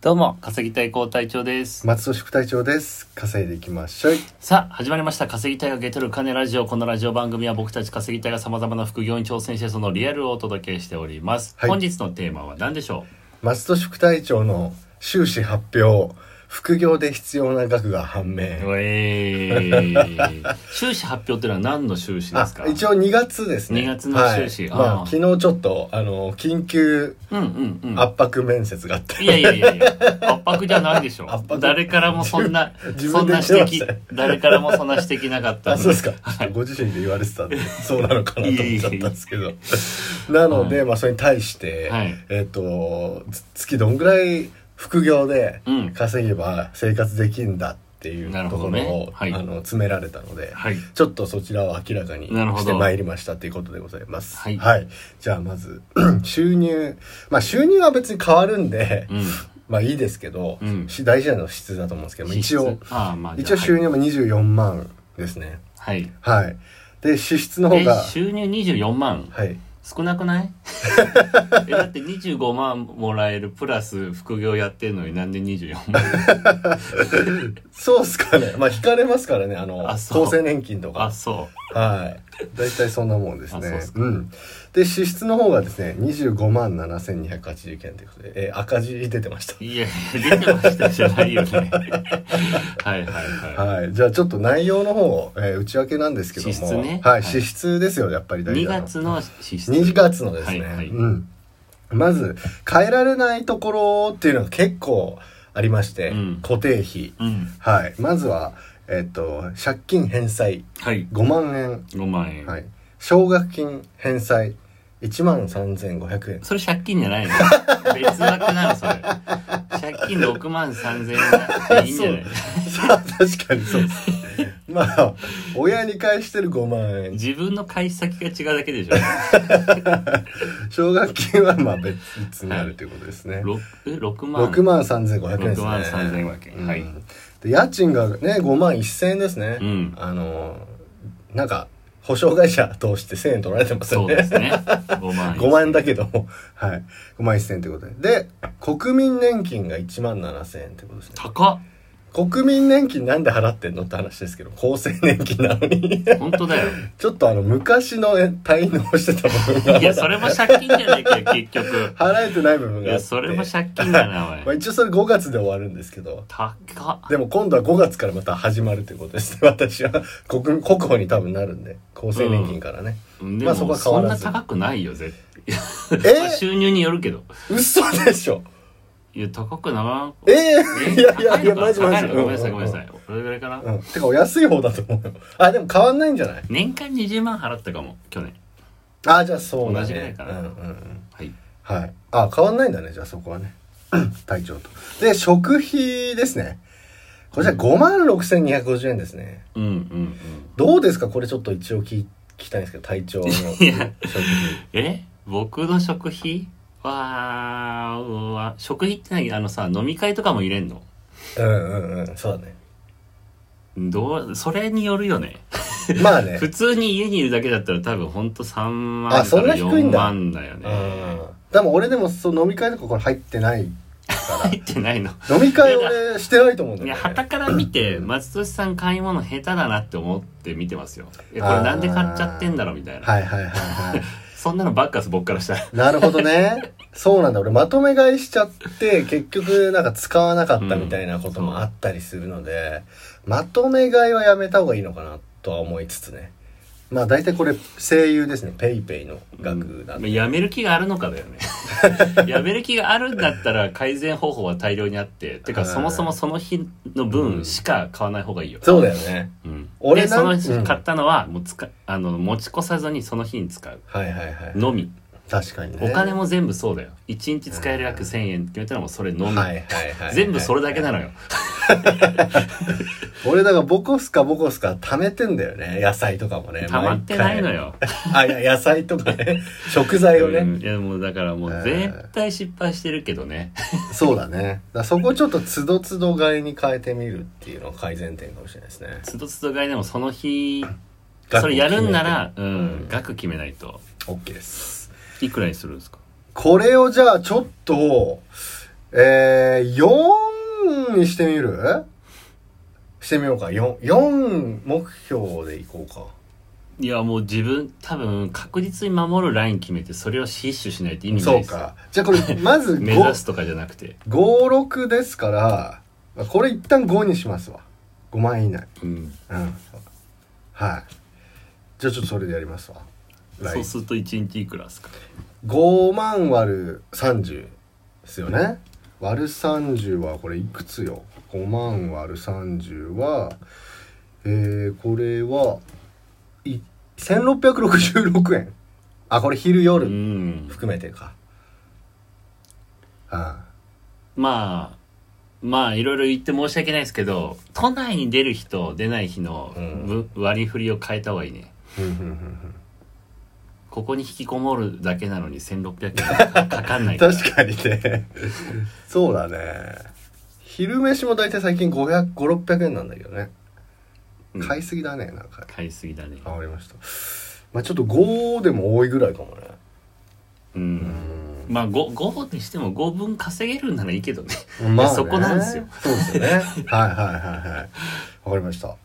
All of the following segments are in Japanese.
どうも、稼ぎたい高隊長です。松尾副隊長です稼いでいきましょいさあ、始まりました。稼ぎたいがゲトる金ラジオ。このラジオ番組は僕たち稼ぎたいが様々な副業に挑戦してそのリアルをお届けしております。はい本日のテーマは何でしょ松戸副隊長の収支発表副業で必要な額が判明うえー、 収支発表っていうのは何の収支であすか一応2月ですね2月の収支はいまああ、ー昨日ちょっとあの緊急うんうんうん。圧迫面接があって、いやいやいやいや、圧迫じゃないでしょ 圧。迫誰からもそんな、自そ分んでな言ってま指した摘ね、誰からもそんな指摘なかったんあそうですか はいご自身で言われてたんで そうなのかなと思っちゃったんですけどいえい なので、まあそれに対して、はいえっ、とつ月どんぐらい副業でうん稼げば生活できんだっていうなるとほこどろを、ねはいあの詰められたので、はい。ちょっとそちらを明らかになるほどしてまいりましたということでございます。はいじゃあまず、 収入。まあ収入は別に変わるんで、うん。まあいいですけど、うんし大事なのは質だと思うんですけど、一支、応出、ああまあ、一応収入。入も24万ですね。はい。はい。で、支出の方えが、収入24万はい。少なくない えだって25万もらえるプラス副業やってんのになんで24万 そうっすかね。まあ引かれますからね、あの、あそう厚生年金とあか。そはい。大体そんなもんですあそうっねす。うん。で、支出の方がですね、25万7280円ということで、えー赤字出てましたう。いや出てましたじゃないよ ねはいはいははい、じゃあちょっと内容の方を、えー内訳なんですけども、支出ねはい、はい支出ですよやっぱりい大2事なの月の支出2月のですね、はいはいうん、まず変えられないところっていうのが結構ありまして、うん固定費、うんはい、まずは、えっと借金返済はい5万円、 5万円、はい、奨学金返済1万3500円 それ借金じゃ ないの別枠なのそれ借金6万3000円でいいんじ ゃないさあ確かにそうですまあ親に返してる5万円自分の返し先が違うだけでしょ奨学金はまあ別になるということですね、 6, 6万6万3500円です6ね万3500円はいうんで家賃がね5万1000円ですね、うんあのーなんか保証会社通して1000円取られてますそようでねすね5万円5万円だけどもはい5万1000円ということでで国民年金が1万7000円ということですね高っ国民年金なんで払ってんのって話ですけど厚生年金なのに 本当だよちょっとあの昔の滞納してた部分がいやそれも借金じゃねえかよ結局払えてない部分いがあっやてそれも借金だな まおあ、い一応それ5月で終わるんですけど高っでも今度は5月からまた始まるということですね。 私は国国保に多分なるんで、厚生年金からね。でも、まあそこは変そわんらなず高くないよ絶対、まあえ収入によるけど嘘でしょいや高くならんええいやいやいや、高マのジかマ高いのジ。かごめんなさいごめんなさい。いこれぐらいかなうん。てか、お安い方だと思うよ。あ、でも変わんないんじゃない年間20万払ったかも去年あ、じゃあそうだね。同じぐらいかなうんうんうん。はいはい。あ、変わんないんだね、じゃあそこはね。 体調と。で、食費ですね。こちら5万6250円ですね。うんうんうんどうですかこれちょっと一応聞聞きたいんですけど、体調 の食費。え僕の食費はうわ食費って何あのさ飲み会とかも入れんのうんうんうん。そうだね。どうそれによるよねまあね。普通に家にいるだけだったら多分ほんと3万あかそんらな低い4んだ万だよねでも俺でもそう飲み会とかこれ入ってないか入ってないのら飲み会俺してないと思うんだいやよはねたから見て松俊さん買い物下手だなって思って見てますよいやこれなんで買っちゃってんだろうみたいなはいはいはいはいそんなのばっかです僕からしたらなるほどねそうなんだ俺まとめ買いしちゃって結局なんか使わなかったみたいなこともあったりするので、まとめ買いはやめた方がいいのかなとは思いつつねまあ大体これ声優ですねペイペイの額なんで、やめる気があるのかだよ ねやめる気があるんだったら改善方法は大量にあっててかはいそもそもその日の分しか買わない方がいいよ、そうだよねうん、俺でなそのん日買ったのはもうつかあの持ち越さずにその日に使うはいはいはいのみ確かにねお金も全部そうだよ1日使える約1,000円って決めたらもうそれのみ、はいはいはいはい全部それだけなのよ、俺だからボコスカボコスカ貯めてんだよね野菜とかもね溜まってないのよよ、あいや野菜とかね食材をね、うんいやもうだからもう絶対失敗してるけどね そうだねだからそこちょっとつどつど買いに変えてみるっていうのが改善点かもしれないですねつどつど買いでもその日額それやるんな決ら、うん、額決めないとめて OK ですいくらにするんですかこれをじゃあちょっとえー、4にしてみるしてみようか。4、4目標でいこうか。いやもう自分多分確実に守るライン決めてそれを死守しないと意味ないそうですか。じゃあ これ、まず目指5す、とかじゃなくて、 5、6ですから、これ一旦5にしますわ。5万以内。うん、うん。はい。じゃあちょっとそれでやりますわ。そうすると1日いくらですか5万割る30ですよね割る30はこれいくつよ5万割る30はえー、これはい1666円あこれ昼う夜ん含めてか、あまあまあいろいろ言って申し訳ないですけど都内に出る日と出ない日のうんぶ割り振りを変えた方がいいねあうんうんうんここに引きこもるだけなのに1600円かかんうなんいから確かにね そうだね昼飯も大体最近500600円なんだけどねうん買いすぎだねなんか買いすぎだねあわかりましたまあちょっと5でも多いぐらいかもねううんんまあ 5, 5にしても5分稼げるならいいけどねまそこなんですよ。そうです よね。はいはいはいはい。わかりました。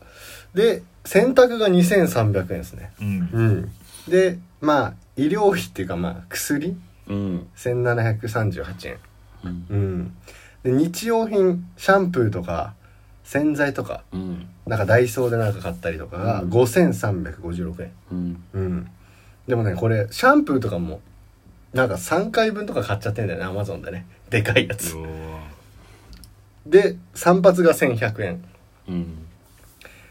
で、洗濯が2300円ですね。うん、うん。で、まあ、医療費っていうか、まあ、薬うん1738円。うん。で、日用品、シャンプーとか、洗剤とか、うんなんかダイソーでなんか買ったりとかがうん5356円。うんうん。でもね、これ、シャンプーとかも、なんか3回分とか買っちゃってんだよね、アマゾンでね。でかいやつ。で、散髪が1100円。うん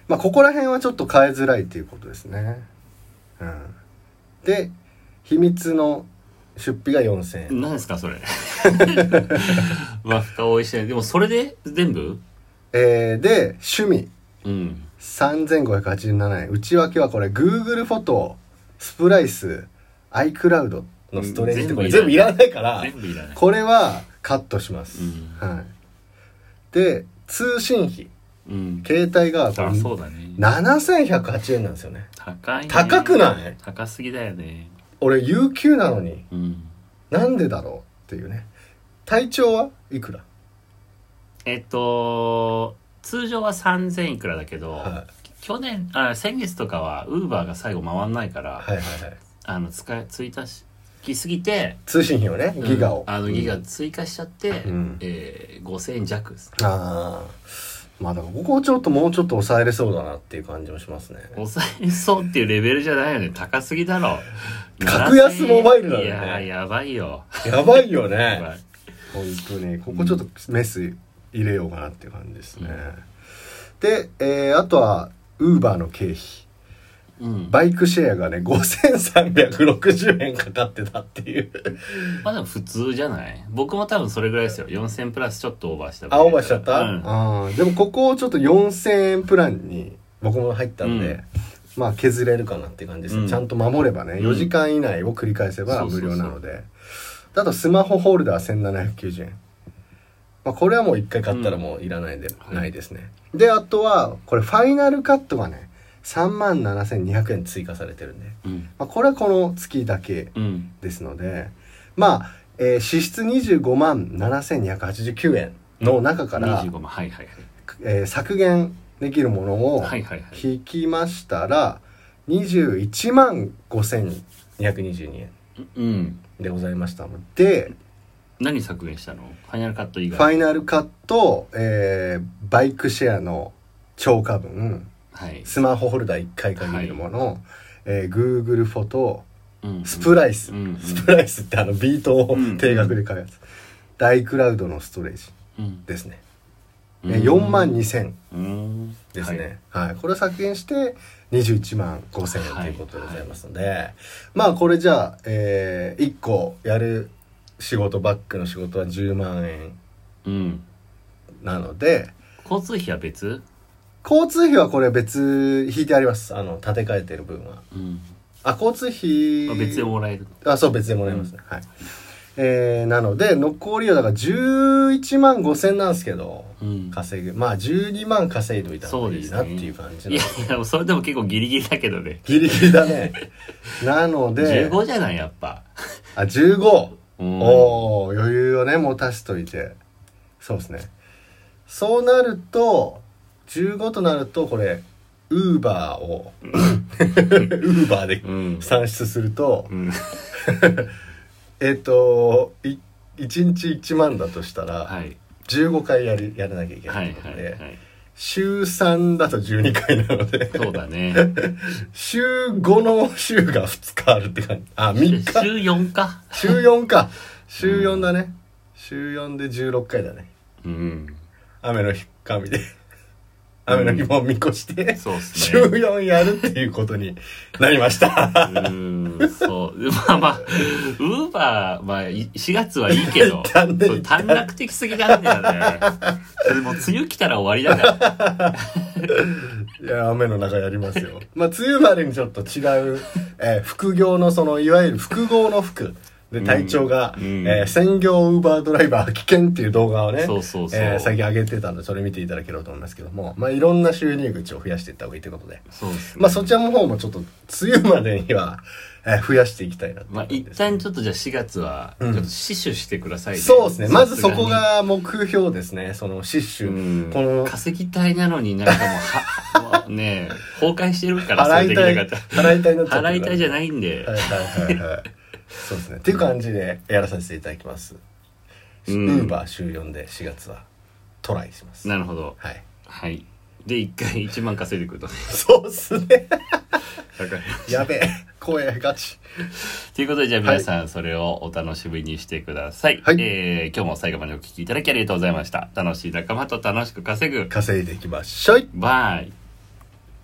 まあ、ここら辺はちょっと変えづらいということですね。うん、で秘密の出費が4,000円、何ですかそ れ和服かおいしいでもそれで全部えーで趣味うん3,587円内訳はこれ Google フォトスプライス iCloud のストレージとかうん全部いらないから全部いらないこれはカットします、うはい、で通信費うん携帯がこれあそうだね7,108円なんですよね高いね高くない高すぎだよね俺有給なのにうんなんでだろうっていうね体調はいくらえっと通常は3000いくらだけど、は去年あ先月とかはウーバーが最後回んないから、いはいはいはいあの使い追加しきすぎて通信費をねギガを、うんあのギガ追加しちゃって、うんえー、5000円弱ですああまあだからここをちょっともうちょっと抑えれそうだなっていう感じもしますね抑えそうっていうレベルじゃないよね高すぎだろ格安モバイルだよねいやーやばいよやばいよ やねばい本当にここちょっとメス入れようかなっていう感じですね、で、えーあとはウーバーの経費うんまバイクシェアがね5360円かかってたっていうあでも普通じゃない僕も多分それぐらいですよ4000プラスちょっとオーバーしたあオーバーしちゃった、うんあーでもここをちょっと4000円プランに僕も入ったんで、うんまあ削れるかなって感じです、うんちゃんと守ればねうん4時間以内を繰り返せばそうそ無うそう料なのであとスマホホルダー1790円、まあ、これはもう1回買ったらもういらないで、はいないですねであとはこれファイナルカットがね3万7200円追加されてるんで、うんまあ、これはこの月だけうんですのでまあ、えー支出25万7289円の中から25、万はいはいえー削減できるものをはいはいはいはい引きましたら、21万5222円うんでございましたので、何削減したのファイナルカット以ファ外イナルカット、えーバイクシェアの超過分はい、スマホホルダー1回限りのもの、えー Google フォトうん、スプライス、うんうんスプライスってあのビートをうん定額で買うやつ、ダイクラウドのストレージうんですね、え4万2000うんですね、はいこれを削減して21万5000円ということでございますので、まあこれじゃあ、え1個やる仕事バックの仕事は10万円うんなので交通費は別交通費はこれ別引いてありますあの立て替えてる分はうんあ交通費まあ別でもらえるあそう別でもらいますね、はいえー、なので残りはだから11万5000なんですけどうん稼ぐまあ12万稼いどいた方がいいなっそうてですねいう感じいのやいやそれでも結構ギリギリだけどねギリギリだねなので15じゃないやっぱあ15うんおお余裕をね持たしといてそうですねそうなると15となるとこれウーバ ーをウーバーでうん算出すると、うんえっ、とい1日1万だとしたら、はい15回やるやらなきゃいけはないいというこはといで、はい週3だと12回なので そうだね週5の週が2日あるって感じあ週3 4日か週4か週4だね、週4で16回だねうん雨の日神で雨の日も見越して、そうっす週ね4やるっていうことになりましたうーんそう。まあまあ、ウーバー、まあ、い4月はいいけど、 単ねそう短絡的すぎなんだよね。それもう梅雨来たら終わりだから。いや雨の中やりますよ まあ梅雨までにちょっと違う、えー副業のそのいわゆる複合の服で体調が、うんうんえー専業ウーバードライバー危険っていう動画をねそうそうそうえー最近上げてたんでそれ見ていただければと思いますけどもまあいろんな収入口を増やしていった方がいいということでそうですね。まあそちらの方もちょっと梅雨までには、えー増やしていきたいなってまあ感じ一です旦ちょっとじゃあ4月は、ちょうっとん死守してくださいね、そうですねまずそこさが目標ですねそのすシがに、うんュこの化石体なのになんかもう、は、もうね 崩壊してるから、払いたそいういう出来払いたいにな方。っちゃって払るいかたらいじゃないんで、はいはいはいはい。そうですね。っていう感じでやらさせていただきます。うんウーバー週4で4月はトライします。なるほど。はい。はい。で、一回1万稼いでくるとね。そうっすね。わかりましたや べえ。声ガチ。ということで、じゃあ皆さんそれをお楽しみにしてください。はいえー今日も最後までお聞きいただきありがとうございました。楽しい仲間と楽しく稼ぐ。稼いでいきましょい。バイ。